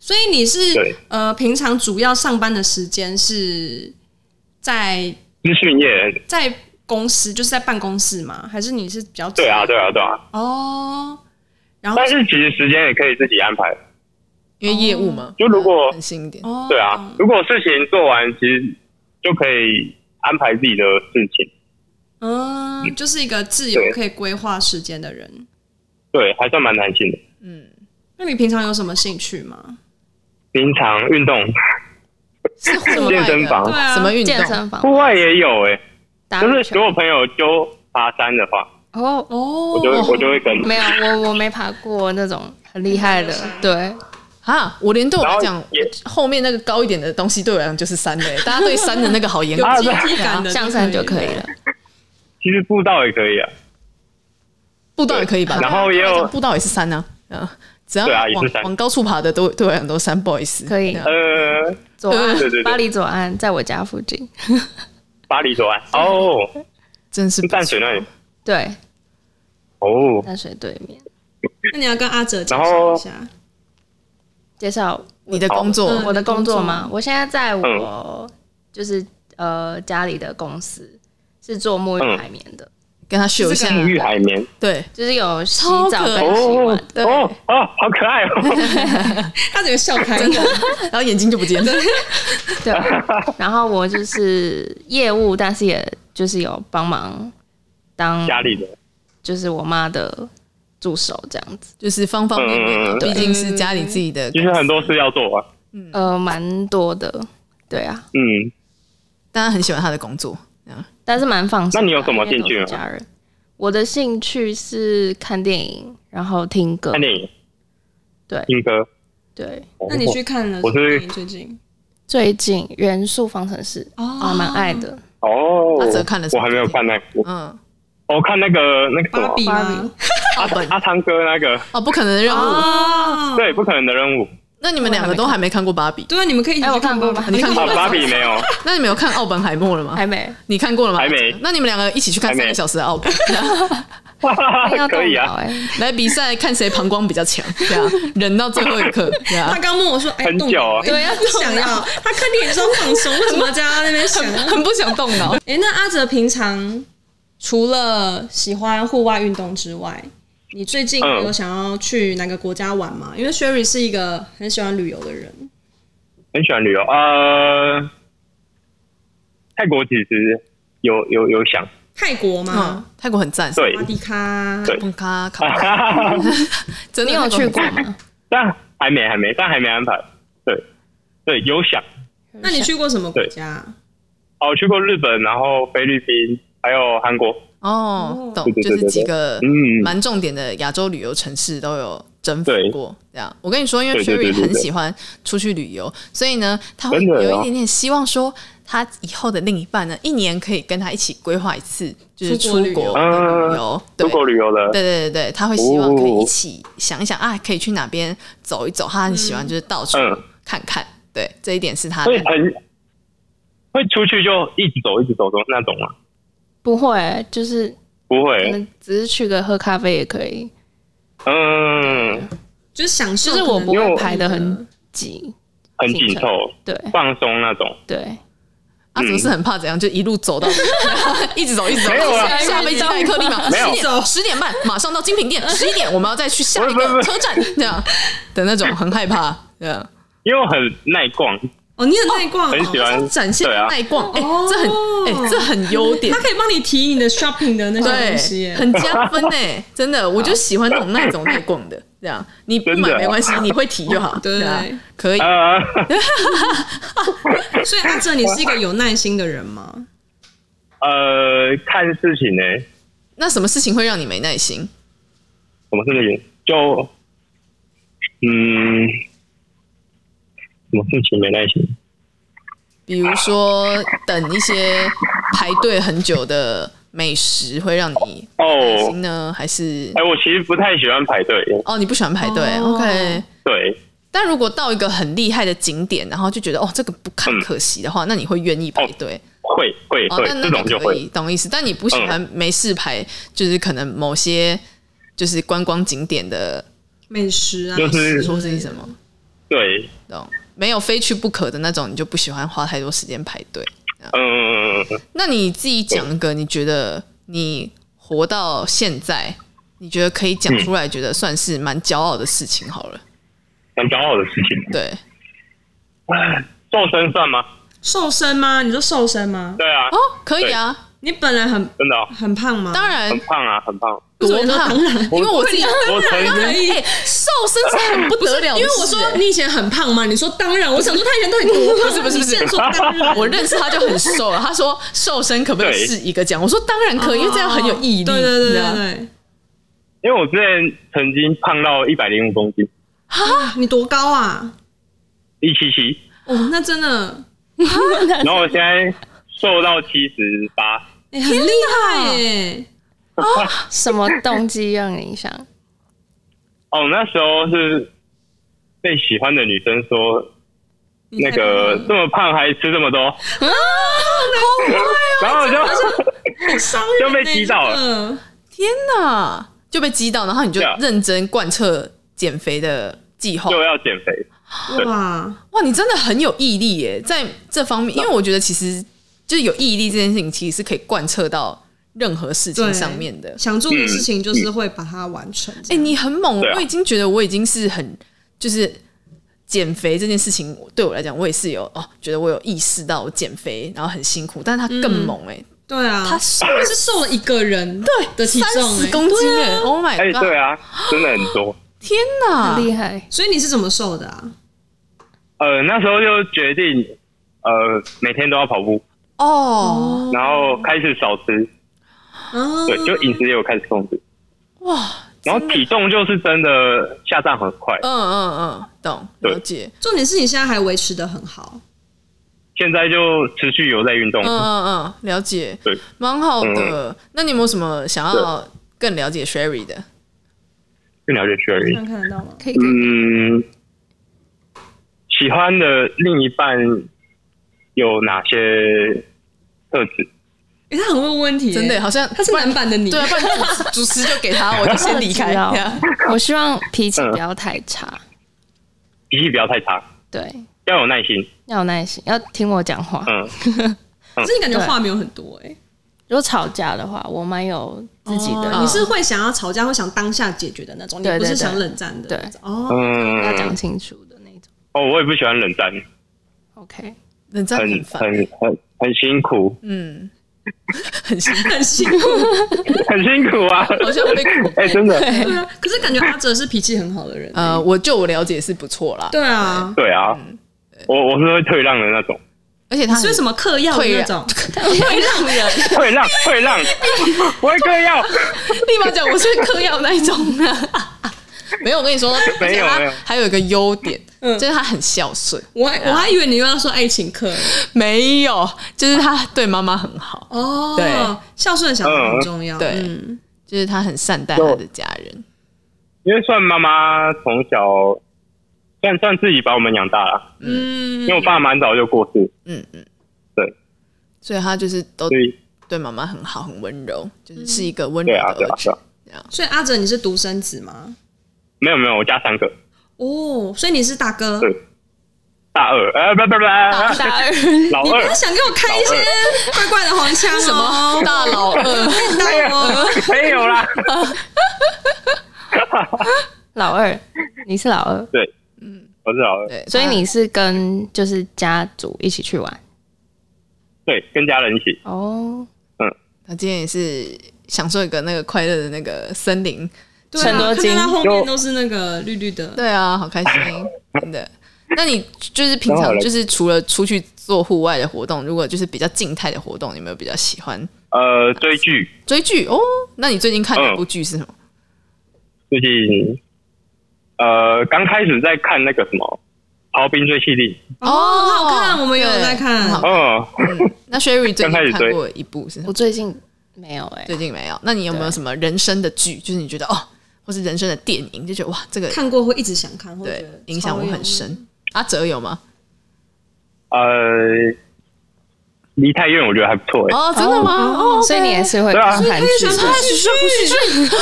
S1: 所以你是
S5: 对
S1: 呃，平常主要上班的时间是在
S5: 资讯业，
S1: 在公司，就是在办公室吗？还是你是比较
S5: 对啊对啊对啊，
S1: 哦，然后
S5: 但是其实时间也可以自己安排。
S2: 因为业务嘛，
S5: 嗯就如果
S2: 狠心一点，
S1: 哦，
S5: 对啊，如果事情做完，其实就可以安排自己的事情。
S1: 嗯，就是一个自由
S5: 对
S1: 可以规划时间的人。
S5: 对，还算蛮弹性的。
S2: 嗯，
S1: 那你平常有什么兴趣吗？
S5: 平常运动，
S2: 是户外的
S5: 健身房
S1: 对啊
S2: 什么运动
S4: 健？身房
S5: 户外也有诶、
S4: 打
S5: 就
S4: 羽
S5: 是
S4: 球
S5: 如果朋友就爬山的话，
S4: 哦，
S1: 哦
S5: 我就会我就会跟。
S4: 没有，我我没爬过那种很厉害的，对，
S2: 啊，我连对我来讲
S5: 然后也，
S2: 后面那个高一点的东西对我来讲就是山 嘞，大家对山的那个好严格
S1: 有
S5: 啊
S1: 阶
S5: 对
S1: 梯感的
S4: 上山就可以了。
S5: 其实步道也可以啊，
S2: 步道也可以吧？
S5: 然后也有
S2: 步道也是山啊，嗯，只要
S5: 对啊也是
S2: 往
S5: 山
S2: 往高处爬的都对我来讲都是山，不好意思，
S4: 可以
S2: 对啊
S5: 呃，
S4: 左岸
S5: 对对对
S4: 巴黎左岸，在我家附近。
S5: 巴黎左岸哦，
S2: 真是不错
S5: 淡水那里，
S4: 对，
S5: 哦，
S4: 淡水对面
S1: 那你要跟阿哲介
S5: 然
S1: 绍
S5: 后
S1: 一下，
S4: 介绍
S2: 你的工作，
S1: 嗯
S4: 我的工作
S1: 工
S4: 吗？我现在在
S5: 嗯
S4: 我就是呃家里的公司是做沐浴
S5: 嗯
S4: 海绵的，
S2: 跟他秀一下，
S5: 沐浴海绵，
S2: 对，
S4: 就是有洗
S2: 超
S4: 澡
S2: 可
S4: 跟
S2: 爱
S4: 洗
S5: 哦
S4: 碗。
S2: 对
S5: 哦哦，好可爱哦，
S1: 他整个笑开了，
S2: 然后眼睛就不见了。
S4: 对，然后我就是业务，但是也就是有帮忙当
S5: 家里的，
S4: 就是我妈的助手这样子，
S2: 就是方方面面啊，
S5: 嗯
S2: 毕竟是家里自己的。
S5: 其实很多事要做啊，
S4: 呃，蛮多的，对啊，
S5: 嗯，
S2: 大家很喜欢他的工作，
S4: 但是蛮放松的啊。
S5: 那你有什么
S4: 因为都
S5: 兴趣
S4: 是
S5: 吗
S4: 家人，我的兴趣是看电影，然后听歌
S5: 看，电影，
S4: 对
S5: 听歌，
S4: 对。
S1: 那你去看了什
S5: 我
S1: 么
S5: 是
S1: 电影最近？
S4: 最近《元素方程式》啊，
S1: 哦
S4: 蛮爱的。
S5: 哦，
S2: 阿哲看了什
S5: 我
S2: 么
S5: 还没有看那个，我
S2: 嗯，
S5: 我看那个那个什
S1: 芭
S5: 么
S1: 比
S4: 芭
S1: 吗
S4: 比？
S2: 奥本
S5: 阿汤哥那个，
S2: 哦，不可能的任务。
S1: 哦，
S5: 对，不可能的任务，
S2: 那你们两个都还没看过芭比，
S1: 对啊，你们可以一起
S4: 哎
S1: 去
S4: 我看
S1: 芭
S4: 过
S1: 比
S4: 吧
S2: 你看
S5: 哦
S2: 过，
S5: 芭比没有，
S2: 那你们有看奥本海默了吗？
S4: 还没
S2: 你看过了吗？
S5: 还没
S2: 那你们两个一起去看
S5: 还没
S2: 三个小时的奥本，
S4: 要动
S5: 可以
S4: 脑
S5: 啊，
S4: 哎、
S2: 来比赛看谁膀胱比较强，对啊，忍到最后一刻，对
S1: 他
S2: 啊，
S1: 刚问我说：“哎，
S5: 很
S1: 动
S5: 久
S1: 脑
S5: 啊
S1: 哎他不想要，他看电影是要放松，为什么要在他那边想？”
S2: 很不想动脑。
S1: 哎、那阿哲平常除了喜欢户外运动之外，你最近
S5: 嗯
S1: 有想要去哪个国家玩吗？因为 Sherry 是一个很喜欢旅游的人，
S2: 哎
S5: 很喜欢旅游，呃，泰国其实有有有想，
S1: 泰国
S2: 嗯
S1: 吗？，
S2: 泰国很赞，
S5: 对
S4: 嗯
S1: 马，迪卡，
S5: 对啊
S2: 蹦卡卡，真的
S4: 你有去过
S2: 泰国很赞？
S4: 吗？
S5: 但还没还没，但还没安排，对对，有想。
S1: 那你去过什么国家？
S5: 哦，我去过日本，然后菲律宾，还有韩国。
S2: 哦，懂
S5: 对，对对
S2: 就是
S5: 对
S2: 几
S5: 对
S2: 个
S5: 嗯
S2: 蛮重点的亚洲旅游城市都有征服
S5: 对
S2: 过。这样，我跟你说，因为
S5: 对对对
S2: Sherry
S5: 对
S2: 很
S5: 对
S2: 喜欢出去旅游，所以呢，他会
S5: 真的
S2: 有一
S5: 哦
S2: 点点希望说，他以后的另一半呢，一年可以跟他一起规划一次，就是
S1: 出
S2: 出
S1: 国
S2: 国
S1: 旅
S2: 的
S1: 游
S2: 旅游。对
S5: 啊出国旅游的，
S2: 对对对对，他会希望可以
S5: 哦
S2: 一起想一想啊，可以去哪边走一走。他很喜欢就是到处
S5: 嗯
S2: 看看，对，这一点是他的
S5: 会很会出去就一直走，一直走走那种吗？
S4: 不会、就是
S5: 不
S4: 可
S5: 会，
S4: 能只是去个喝咖啡也可以，
S5: 嗯，
S1: 就是享受可
S4: 就是
S1: 能，
S4: 我不
S5: 因为
S4: 会
S5: 我
S4: 排的很紧。
S5: 很紧凑，
S4: 对
S5: 放松那种。
S4: 对，
S2: 阿祖是很怕啊怎样，就一路走到， 一直走，一直走，
S5: 嗯没有啊
S2: 下飞机那一刻立马
S5: 没有
S2: 十点十点半马上到精品 店，十一点我们要再去下一
S5: 不是不
S2: 个
S5: 是
S2: 车站，这样的那种很害怕，对啊，
S5: 因为我很耐逛，
S1: 哦，你很耐逛、
S5: 很喜
S1: 哦，
S5: 欢
S2: 展现
S5: 对啊，
S2: 耐逛，哎，
S1: 哦
S2: 这很哎这很优点
S1: 他，可以帮你提你的 shopping 的那些东西
S2: 对，
S1: 耶。
S2: 很加分哎，真的，我就喜欢这种耐走耐逛的，这样你不
S5: 真的
S2: 买
S5: 啊
S2: 没关系，你会提就好，
S1: 对
S2: 啊，可以，
S5: 呃，
S1: 所以阿哲，你是一个有耐心的人吗？
S5: 呃，看事情呢、
S2: 那什么事情会让你没耐心？
S5: 什么事情就，嗯，什么事情没耐心？
S2: 比如说等一些排队很久的美食会让你开
S5: 哦，
S2: 心呢，还是
S5: 哎、我其实不太喜欢排队，
S2: 哦你不喜欢排队、
S1: 哦
S2: o k
S5: 对，
S2: 但如果到一个很厉害的景点，然后就觉得哦这个不看
S5: 嗯
S2: 可惜的话，那你会愿意排队
S5: 会会
S2: 哦
S5: 会，
S2: 那
S5: 这
S2: 那
S5: 种
S2: 个
S5: 就
S2: 可
S5: 会。嗯
S2: 以懂意思。但你不喜欢没事排，就是可能某些就是观光景点的，
S1: 美食啊，
S5: 就是
S2: 说是什么
S5: 对，
S2: 懂？没有非去不可的那种，你就不喜欢花太多时间排队。
S5: 嗯，
S2: 那你自己讲一个，你觉得你活到现在，你觉得可以
S5: 嗯
S2: 讲出来，觉得算是蛮骄傲的事情好了。
S5: 很骄傲的事情。
S2: 对，
S5: 瘦身算吗？
S1: 瘦身吗？你说瘦身吗？
S5: 对啊，
S2: 哦，可以啊，
S1: 你本来很
S5: 真的哦、
S1: 很胖吗？
S2: 当然
S5: 很胖啊，很胖。
S2: 多
S1: 为什么你说
S2: 胖，
S1: 当然
S2: 因为我自己
S5: 我曾
S2: 当然
S5: 经，
S2: 哎瘦身是很不得了的事，
S1: 因为我
S2: 哎
S1: 说你以前很胖嘛，你说当然，我想说他以前到底多 胖？
S2: 不是不是
S1: 你
S2: 不是
S1: 现在说当然，
S2: 我认识他就很瘦了，他说瘦身可不可以
S5: 对
S2: 是一个奖？我说当然可以，因为这样很有毅力。
S1: 哦对对对
S2: 你知
S1: 对
S2: 道吗
S1: 对，
S5: 因为我之前曾经胖到一百零五公斤，
S1: 啊你多高啊？
S5: 一七七，
S1: 哦，那真的，
S5: 然后我现在瘦到七十八，
S1: 哎，很厉害耶！
S4: 什么动机让你想？
S5: 哦，那时候是被喜欢的女生说，
S1: 你
S5: 那
S1: 太胖
S5: 个
S1: 了
S5: 这么胖还吃这么
S2: 啊
S5: 多， 然后我就
S2: 哦
S1: 伤人
S5: 就被击倒了
S1: 了，
S2: 天哪！就被激到，然后你就
S5: 对啊
S2: 认真贯彻减肥的计划。
S5: 就要减肥。
S1: 哇，
S2: 哇，你真的很有毅力耶，在这方面，因为我觉得其实就是有毅力这件事情，其实是可以贯彻到任何事情
S1: 对
S2: 上面的。
S1: 想做的事情就是会把它完成。
S2: 哎、你很猛，
S5: 对啊
S2: 我已经觉得我已经是很就是减肥这件事情对我来讲，我也是有哦，觉得我有意识到我减肥，然后很辛苦，但是他更猛哎、
S1: 对啊，
S2: 他瘦了
S1: 是瘦了一个人对的体
S2: 三
S1: 重、
S2: 十
S1: 欸，
S2: 公斤哎、o h
S5: 哎、
S2: my god！、
S5: 对啊，真的很多。
S2: 天哪，
S4: 厉害，
S1: 所以你是怎么瘦的啊？
S5: 呃，那时候就决定，呃，每天都要跑步，
S2: 哦，
S5: 然后开始少吃，
S1: 啊，
S5: 对，就饮食也有开始控制。
S2: 哇，
S5: 然后
S2: 嗯真的
S5: 体重就是真的下降很快，
S2: 嗯嗯嗯，懂
S5: 对
S2: 了解，
S1: 重点是你现在还维持的很好，
S5: 现在就持续有在运动。
S2: 嗯嗯嗯，了解，
S5: 对，嗯
S2: 蛮好的。那你有没有什么想要更了解 Sherry 的？
S5: 更了解 s h e
S1: 这样看得到吗？
S4: 可以
S5: 嗯，喜欢的另一半有哪些特质？
S1: 哎、他很会问问题、欸，
S2: 真的，好像
S1: 他是男版的你，
S2: 对啊，不然主主持就给他，我就先离开。
S4: 我知道
S2: 对啊
S4: 我希望脾气不要太差，
S5: 脾气不要太差，
S4: 对，
S5: 要有耐心。
S4: 要有耐心，要听我讲话。
S5: 嗯，
S1: 可是你感觉
S4: 对
S1: 话没有很多 哎、
S4: 如果吵架的话，我蛮有自己的，
S1: 哦你是会想要吵架，会想当下解决的那种，你
S4: 对
S1: 不
S4: 对
S1: 是
S4: 对
S1: 想冷战的那种，哦，
S5: 嗯，
S4: 要讲清楚的那种。
S5: 哦，我也不喜欢冷战，
S4: OK，
S2: 人真的
S5: 很
S2: 很烦，
S5: 很很很辛苦，
S2: 嗯， 很辛苦，
S1: 很辛苦，
S5: 很辛苦啊！
S2: 好像被苦。
S5: 哎、真的，
S1: 对嗯啊。可是感觉阿哲是脾气很好的人、
S2: 呃，我就我了解是不错啦，
S1: 对啊，
S5: 对啊，我我是会退让的那种，
S2: 而且他
S1: 所以什
S2: 么
S1: 么嗑药的
S2: 退
S1: 那
S2: 让
S1: 种，
S2: 会让 人
S1: 啊
S5: 退让，退让， 不会嗑药。
S2: 立马讲我是嗑药那一种啊。 没有，我跟你说，而且他
S5: 没有
S2: 还有一个优点，
S1: 嗯
S2: 就是他很孝顺。
S1: 我还我还以为你又要说爱情课
S2: 没有，就是他对妈妈很好，
S1: 哦，
S2: 对，
S1: 孝顺的小孩很重要，
S2: 对
S1: 嗯
S2: 就是他很善待他的家人。
S5: 因为算妈妈从小算算自己把我们养大了，
S1: 嗯
S5: 因为我爸蛮早就过世，
S2: 嗯嗯，
S5: 对，
S2: 所以他就是都
S5: 所以
S2: 对妈妈很好，很温柔，就是是一个温柔
S5: 对
S2: 的
S5: 啊，对啊
S2: 儿，
S5: 对
S2: 子
S5: 啊。，
S1: 所以阿哲你是独生子吗？
S5: 没有没有，我家三个，
S1: 哦，所以你是大哥，
S5: 对大二，呃，不不不，
S2: 大
S5: 老
S2: 大二
S1: 你不
S5: 二
S1: 要，想给我开一些怪怪的黄腔哦，
S2: 什么大老二，
S1: 很大哦，
S5: 没有啦，
S4: 老二，你是老二，
S5: 我是老二，
S2: 对，
S4: 所以你是跟就是家族一起去玩
S5: 对，跟家人一起，
S4: 哦，
S2: 他今天也是享受一个那个快乐的那个森林，
S1: 对
S4: 很
S1: 啊，
S4: 多
S1: 看
S4: 金
S1: 到他后面都是那个绿绿的，
S2: 对啊，好开心，真 的。那你就是平
S5: 刚好
S2: 常
S5: 来
S2: 就是除了出去做户外的活动，如果就是比较静态的活动，你有没有比较喜欢
S5: 呃，追剧，
S2: 追剧哦？那你最近看
S5: 嗯
S2: 哪部剧是什么？
S5: 最近，呃，刚开始在看那个什么《逃兵追缉令》，
S1: 哦，很好看，我们有在
S2: 对
S1: 看
S2: 好。
S5: 嗯，
S2: 那 Sherry 最近
S5: 刚开始
S2: 看
S5: 追
S2: 过一部是什么
S4: 我最近没有哎、
S2: 最近没有？那你有没有
S4: 对
S2: 什么人生的剧，就是你觉得哦，或是人生的电影，就觉得哇，这个
S1: 看过会一直想看，会觉
S2: 对
S1: 得
S2: 影响我很深。阿哲有吗？
S5: 呃，离太远我觉得还不错哎、
S2: 哦，真的吗？哦，
S4: 所以你也是会
S5: 对啊
S4: 看韩剧
S1: 超有用。
S4: 的，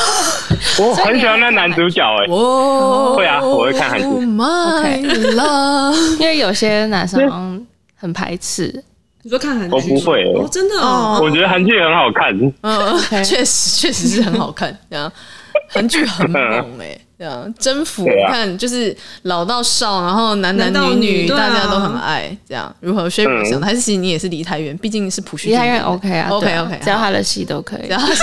S5: 我很喜欢那男主角哎、
S2: 哦，
S5: 会啊我会看韩剧
S2: Oh My love，
S4: 因为有些男生好像很排斥。
S1: 你说看韩剧？
S5: 我不会
S1: 哦，真的哦。
S5: 我觉得韩剧很好看，
S2: 嗯，
S4: OK
S2: 确实确实是很好看，这样韩剧很猛哎、这样征服，
S5: 对
S2: 你
S5: 啊
S2: 看就是老到少，然后男男
S1: 男到
S2: 女女
S1: 女对啊
S2: 大家都很爱，这样如何？
S5: 嗯
S2: 所以我想，还是其实你也是离太远，毕竟是朴叙
S4: 离
S2: 俊
S4: 他
S2: 的
S4: 远 OK 啊
S2: OK OK，
S4: 只要他的戏都可以
S2: 然。后他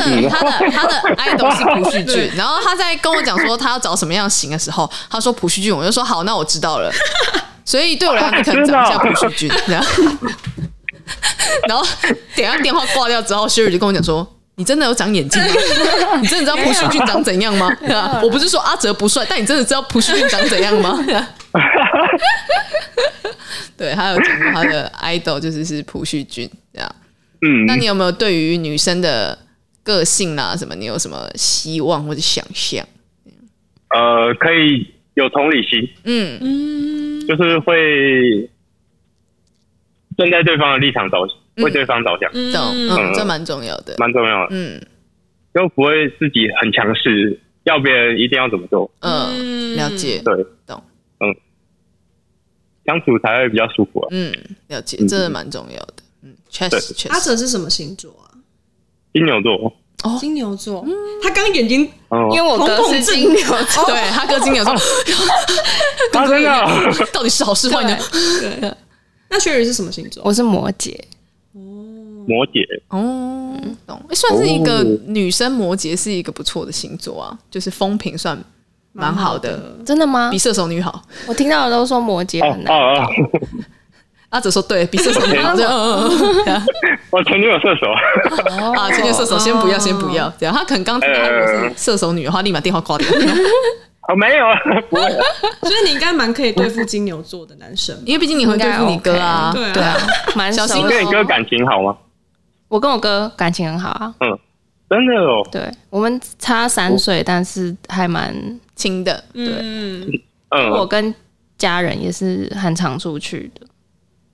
S2: 是对他的他的他的 idol 是朴叙俊，然后他在跟我讲说他要找什么样型的时候，他说朴叙俊，我就说好，那我知道了。所以对我来讲，你可能找一下朴叙俊，这样。然后等一下电话挂掉之后，薛宇就跟我讲说。你真的有长眼睛吗？你真的知道朴叙俊长怎样吗？对啊我不是说阿哲不帅，但你真的知道朴叙俊长怎样吗？对啊 对，还有讲过他的 idol 就是是朴叙俊这样。
S5: 嗯，
S2: 那你有没有对于女生的个性啦、什么，你有什么希望或者想象？
S5: 呃，可以有同理心，
S2: 嗯，
S5: 就是会站
S2: 嗯
S5: 在对方的立场着想，为对方着想，
S2: 懂，嗯，这蛮重要的。
S5: 蛮重要的。
S2: 嗯，
S5: 就不会自己很强势，要别人一定要怎么做，
S2: 嗯，了解，
S5: 对，
S2: 懂，
S5: 嗯，相处才会比较舒服啊。
S2: 嗯，了解，
S5: 嗯
S2: 这个蛮重要的，嗯，确
S5: 对
S2: 实确
S1: 阿
S2: 实，
S1: 哲是什么星座啊？
S5: 金牛座，
S1: 金牛座。他刚眼睛
S5: 嗯，
S4: 因为我哥是金牛座，
S2: 对他哥金牛座，
S5: 啊，真的哦，
S2: 到底是好是坏呢？
S1: 对。那雪宇是什么星 座？
S4: 我是摩羯，
S5: 摩羯，
S2: 哦，懂，诶算是一个
S5: 哦
S2: 女生摩羯是一个不错的星座啊，就是风评算蛮好的，
S4: 真的吗
S2: 比？射手女好。
S4: 我听到的都说摩羯
S5: 哦
S4: 很
S5: 哦
S4: 难，
S5: 哦，
S2: 阿哲说对，比射手女好。这样嗯嗯嗯这样
S5: 我前女友射手，
S2: 啊，前女射手先不要，先不要。这样，他可能刚听到我是射手女的话，立马电话挂掉，
S5: 哦，没有，不会，
S1: 所以你应该蛮可以对付金牛座的男生。
S2: 因为毕竟你会对付你哥啊。
S5: 哦
S1: 应该 OK
S2: 对啊，
S4: 蛮
S2: 小
S4: 熟
S2: 心
S4: 的
S5: 跟你哥
S4: 哦。
S5: 感情好吗？
S4: 我跟我哥感情很好啊，
S5: 真的哦，
S4: 对我们差三岁，但是还蛮
S2: 亲的，
S1: 嗯，
S4: 我
S5: 嗯
S4: 跟家人也是很常出去的，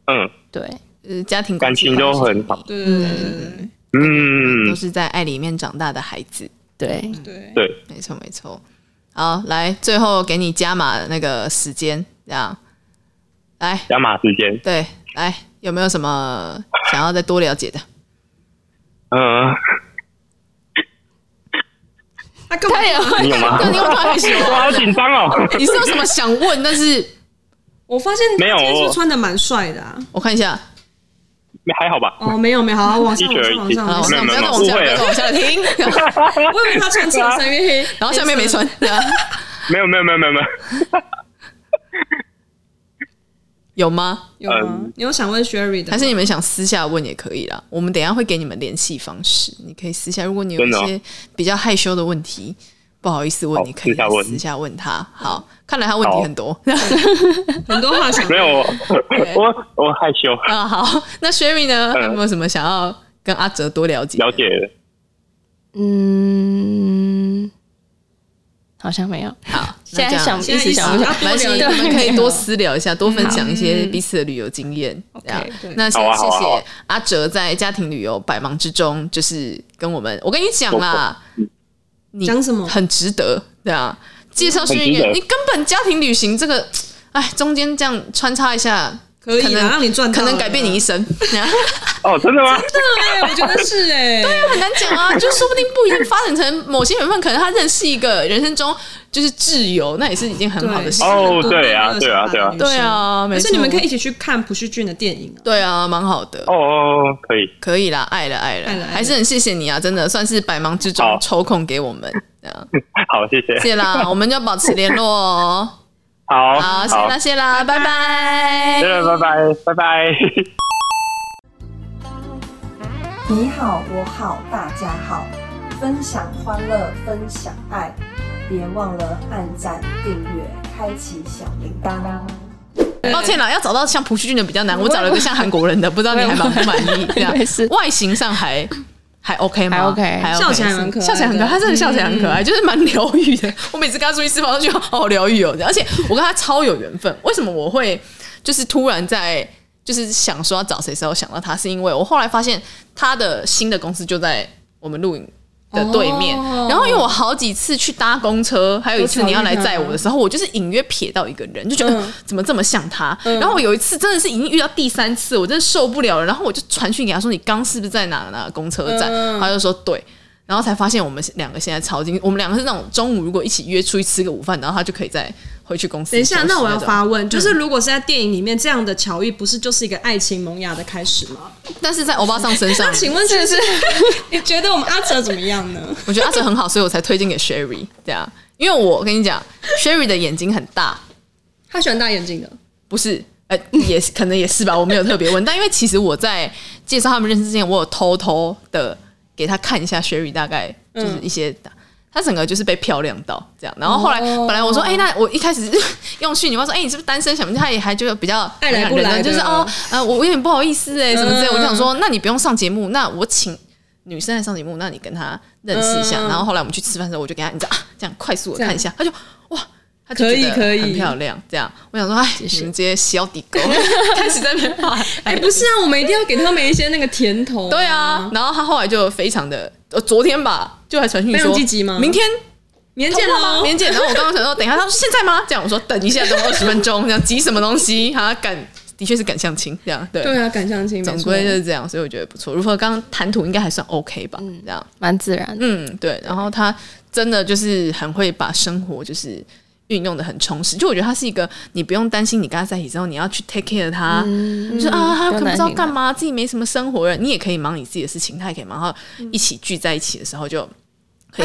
S5: 嗯
S4: 对，
S2: 呃，家庭
S5: 感情都很好
S1: 对对对
S2: 都
S5: 嗯，
S2: 是在爱里面长大的孩子。
S4: 对，
S1: 对对。
S5: 对，
S2: 没错，没错。好，来，最后给你加码那个时间，这样，来，
S5: 加码时间，
S2: 对，来，有没有什么想要再多了 解的？
S5: 嗯，
S1: 他根本
S2: 有，
S5: 你有吗？
S2: 你有没有害羞
S5: 我好紧张哦，
S2: 你是有什么想问？但是
S1: 我发现
S5: 没有
S1: 他今天是
S5: 我
S1: 穿的蛮帅的啊。
S2: 我看一下，
S5: 还好吧？
S1: 哦，没有没有，好，好往
S5: 一
S1: 上
S5: 九
S1: 往上
S5: 一
S1: 往
S5: 七
S1: 上
S2: 好，
S1: 往
S2: 我
S5: 没
S1: 上。
S5: 有
S2: 们
S5: 没
S2: 不
S5: 有
S2: 要再往下，不要
S5: 没有
S2: 再往下听。
S1: 我以为他穿衬衫，因为黑。
S2: 然后下面没穿，对啊
S5: 没有没有没有没有没有，
S2: 有吗？
S1: 有吗
S5: 嗯？
S1: 你有想问 Sherry 的吗？
S2: 还是你们想私下问也可以啦。我们等一下会给你们联系方式，你可以私下。如果你有一
S5: 真的哦
S2: 些比较害羞的问题，不好意思问，
S5: 好
S2: 你可以
S5: 私下问
S2: 私下问他。好，看来他问题
S5: 好
S2: 很多。
S1: 很多话想
S5: 没有我我我害羞，
S2: 啊，好，那 Sherry 呢？
S5: 嗯
S2: 有没有什么想要跟阿哲多了解？
S5: 了，解了，
S4: 嗯，好像没有，
S2: 好，那
S4: 现
S2: 这
S4: 在
S2: 样
S4: 想
S1: 现在
S4: 一时想
S1: 一
S4: 不
S1: 时
S4: 起
S1: 要
S4: 来，
S1: 多聊
S2: 蛮行，
S1: 一
S2: 你
S1: 点
S2: 们可以多私聊一下，多分享一些
S1: 嗯
S2: 彼此的旅游经验。这样
S1: OK，对
S2: 那先
S5: 好啊
S2: 谢
S5: 好啊好
S2: 谢
S5: 啊
S2: 阿哲在家庭旅游百忙之中，就是跟我们，我跟你讲啦，你
S1: 讲什么
S2: 很值得，对啊，介绍训
S5: 很值
S2: 练，
S5: 得
S2: 你根本家庭旅行这个，哎，中间这样穿插一下，
S1: 可
S2: 可
S1: 以啦，
S2: 能
S1: 让你赚到
S2: 可
S1: 了，
S2: 能改变你一生，对啊
S5: 哦，真的吗？
S1: 对，我觉得是哎，对
S2: 很难讲啊，就说不定不一定发展成某些缘分，可能他认识一个人生中就是挚友，那也是一件很好的事。
S5: 哦对啊对啊对啊
S2: 对，啊，没
S1: 可
S2: 错，
S1: 是你们可以一起去看朴叙俊的电影啊。
S2: 对啊，蛮好的，
S5: 哦哦，哦可以，
S2: 可以啦，爱了爱了
S1: 爱了爱了
S2: 还是很谢谢你啊，真的算是百忙之中
S5: 好
S2: 抽空给我们，对啊
S5: 好，谢谢，
S2: 谢啦，我们就保持联络哦。
S5: 好，
S2: 好，谢啦谢啦，拜拜
S5: 谢谢，拜拜，拜拜。
S6: 你好，我好，大家好，分享欢乐，分享爱，别忘了按赞、订阅、开启小铃铛。
S2: 抱歉啦，要找到像朴叙俊的比较难，我找了一个像韩国人的，不知道你还满不满意？这样
S4: 没事
S2: 外形上还。还 OK 吗？
S4: 还 OK
S2: 还 OK，
S1: 笑起来蛮可爱的
S2: 笑起来很可爱，他真的笑起来很可爱，就是蛮疗愈的。我每次跟他出去吃饭，我都觉得好疗愈哦。而且我跟他超有缘分。为什么我会就是突然在就是想说要找谁时候想到他？是因为我后来发现他的新的公司就在我们录影的对面。
S1: 哦
S2: 然后因为我好几次去搭公车，还有一次你要来载我的时候，我就是隐约瞥到一个人，就觉得、
S1: 嗯
S2: 呃怎么这么像他。然后我有一次真的是已经遇到第三次，我真的受不了了。然后我就传讯给他说：“你刚是不是在哪哪个公车站？”
S1: 嗯
S2: 他就说：“对。”然后才发现我们两个现在超近，我们两个是那种中午如果一起约出去吃个午饭，然后他就可以再回去公司
S1: 等一
S2: 休息
S1: 下，
S2: 种。
S1: 那我要发问，就是如果是在电影里面这样的巧遇，不是就是一个爱情萌芽的开始吗？
S2: 但是在欧巴桑身上
S1: 那，请问 是不是 你觉得我们阿哲怎么样呢？
S2: 我觉得阿哲很好，所以我才推荐给 Sherry 这样。因为我跟你讲，Sherry 的眼睛很大，
S1: 他喜欢戴眼镜的，
S2: 不是，呃，也是可能也是吧，我没有特别问，但因为其实我在介绍他们认识之前，我有偷偷的给他看一下 Sherry 大概就是一些。他整个就是被漂亮到这样，然后后来
S1: 哦
S2: 本来我说，哎、那我一开始用讯你话说，哎、你是不是单身？想不他也还就比较
S1: 爱来不
S2: 很认
S1: 来的
S2: 真就是哦，呃，我有点不好意思哎、什么之类
S1: 嗯
S2: 的。我就想说，那你不用上节目，那我请女生来上节目，那你跟她认识一下。
S1: 嗯
S2: 然后后来我们去吃饭的时候，我就给她，你知道，啊这样快速的看一下，她就哇，他就
S1: 可
S2: 觉
S1: 以
S2: 得
S1: 可以
S2: 很漂亮。这样，我想说，哎，你们这些小底沟 开始在那边画，
S1: 哎、不是啊，我们一定要给他们一些那个甜头。
S2: 对啊，，然后他后来就非常的，呃，昨天吧，就还传讯
S1: 非常
S2: 说
S1: 积极吗
S2: 明天
S1: 年
S2: 见
S1: 见
S2: 吗？
S1: 喽，
S2: 明天见。然后我刚刚 想说，等一下，他说现在吗？这样我说等一下，等我二十分钟，这样急什么东西？他赶，的确是赶相亲，这样对。
S1: 对啊，赶相亲，
S2: 总
S1: 没错
S2: 归就是这样，所以我觉得不错。如何刚刚谈吐应该还算 OK 吧？
S1: 嗯
S2: 这样，
S4: 蛮自然的。
S2: 嗯，对。然后他真的就是很会把生活就是运用的很充实，就我觉得他是一个你不用担心你跟他在一起之后你要去 take care 他，
S1: 嗯
S2: 你说啊他
S4: 不
S2: 可
S4: 用
S2: 不
S4: 担
S2: 知道
S4: 心
S2: 干
S4: 他
S2: 嘛，自己没什么生活了，你也可以忙你自己的事情，他也可以忙，然后一起聚在一起的时候就可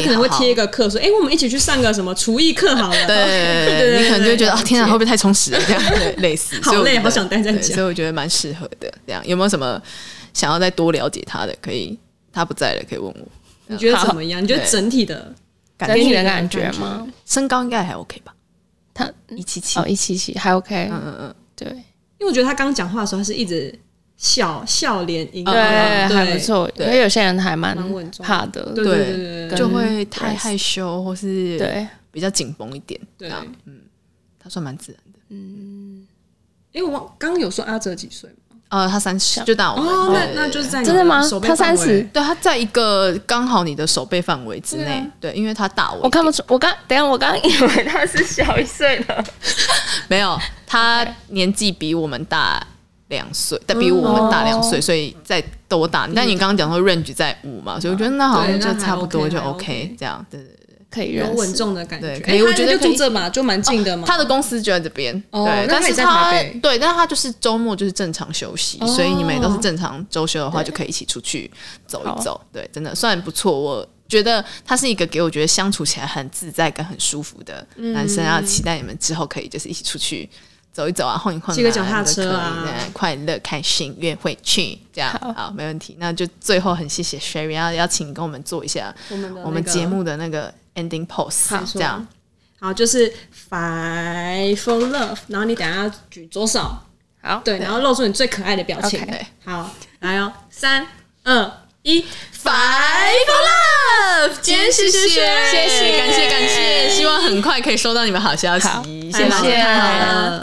S1: 他
S2: 以
S1: 可能会
S2: 好好
S1: 贴一个课，说：“哎、我们一起去上个什么厨艺课好了。”
S2: 对
S1: 对对
S2: 你可能就会觉得
S1: 对
S2: 啊，天啊，会不会太充实了？ 这样对，类似，
S1: 好
S2: 所以我
S1: 累
S2: 觉得
S1: 好想待在
S2: 对
S1: 家
S2: 所以我觉得蛮适合的。这样有没有什么想要再多了解他的？可以，他不在了可以问我。
S1: 你觉得怎么样？你觉得整体的
S2: 感
S4: 整
S2: 觉
S4: 体的感觉吗？
S2: 身高应该还 OK 吧？
S4: 他
S2: 一七七，
S4: 哦，
S2: 嗯
S4: 一七七还 OK，
S2: 嗯嗯，
S4: 对
S1: 因为我觉得他刚讲话的时候，他是一直笑笑脸迎
S2: 嗯嗯
S4: 还不错。因
S2: 对
S4: 为有些人还蛮
S1: 蛮稳重
S4: 怕的，
S1: 对对对对对
S2: 就会
S4: 跟
S2: 太害羞或是
S4: 对，
S2: 比较紧绷一点。
S1: 对
S2: 这样嗯，他算蛮自然的。
S1: 哎、我忘刚刚有说阿哲几岁吗？
S2: 呃，他三十，就大我们
S1: 哦，
S2: 对
S1: 那
S2: 对
S1: 那
S2: 对
S1: 就是在你
S4: 真的吗
S1: 手背
S4: 他
S1: 范围
S4: 30
S2: 对他在一个刚好你的手背范围之内。
S1: 啊
S2: 对，因为他大我一点，
S4: 我看不出。我刚等一下，我刚刚以为他是小一岁的，
S2: 没有，他年纪比我们大两岁，但比我们大两
S1: 哦
S2: 岁，所以再多大？但你刚刚讲说 range 在五嘛，所以我觉得那好像就差不多
S1: 对
S2: 就
S1: 嗯那还 OK，还
S2: OK
S1: OK
S2: 这样。对对对，
S4: 可以
S1: 有
S4: 认
S1: 稳
S4: 识。
S1: 重的感觉。
S2: 对可
S1: 哎
S2: 以我
S1: 他
S2: 觉得
S1: 就
S2: 可以哦
S1: 住这嘛，就蛮近的嘛。
S2: 他的公司就在这边，
S1: 哦
S2: 对，
S1: 那
S2: 但
S1: 他也
S2: 是
S1: 在
S2: 他
S1: 台北
S2: 对，但是他就是周末就是正常休息，
S1: 哦
S2: 所以你们也都是正常周休的话，就可以一起出去走一走。对，真的算不错，我。觉得他是一个给我觉得相处起来很自在跟很舒服的
S1: 嗯
S2: 男生啊，期待你们之后可以就是一起出去走一走啊，晃一晃、啊，
S1: 骑个脚踏车啊
S2: 都可以的快乐、开心、约会去，这样好没问题。那就最后很谢谢 Sherry，要邀请你跟我们做一下
S1: 我们的那个
S2: 我们节目的那个 ending pose，这样
S1: 好，就是 five for love，然后你等一下举左手，
S4: 好，
S1: 对，然后露出你最可爱的表情。
S2: OK
S1: 好，来哦，三二一。
S2: Five for love，今天谢谢，
S4: 谢谢
S2: 感谢感谢，希望很快可以收到你们好消息，
S4: 好
S2: 谢
S4: 谢
S2: 大家
S4: 谢
S1: 好了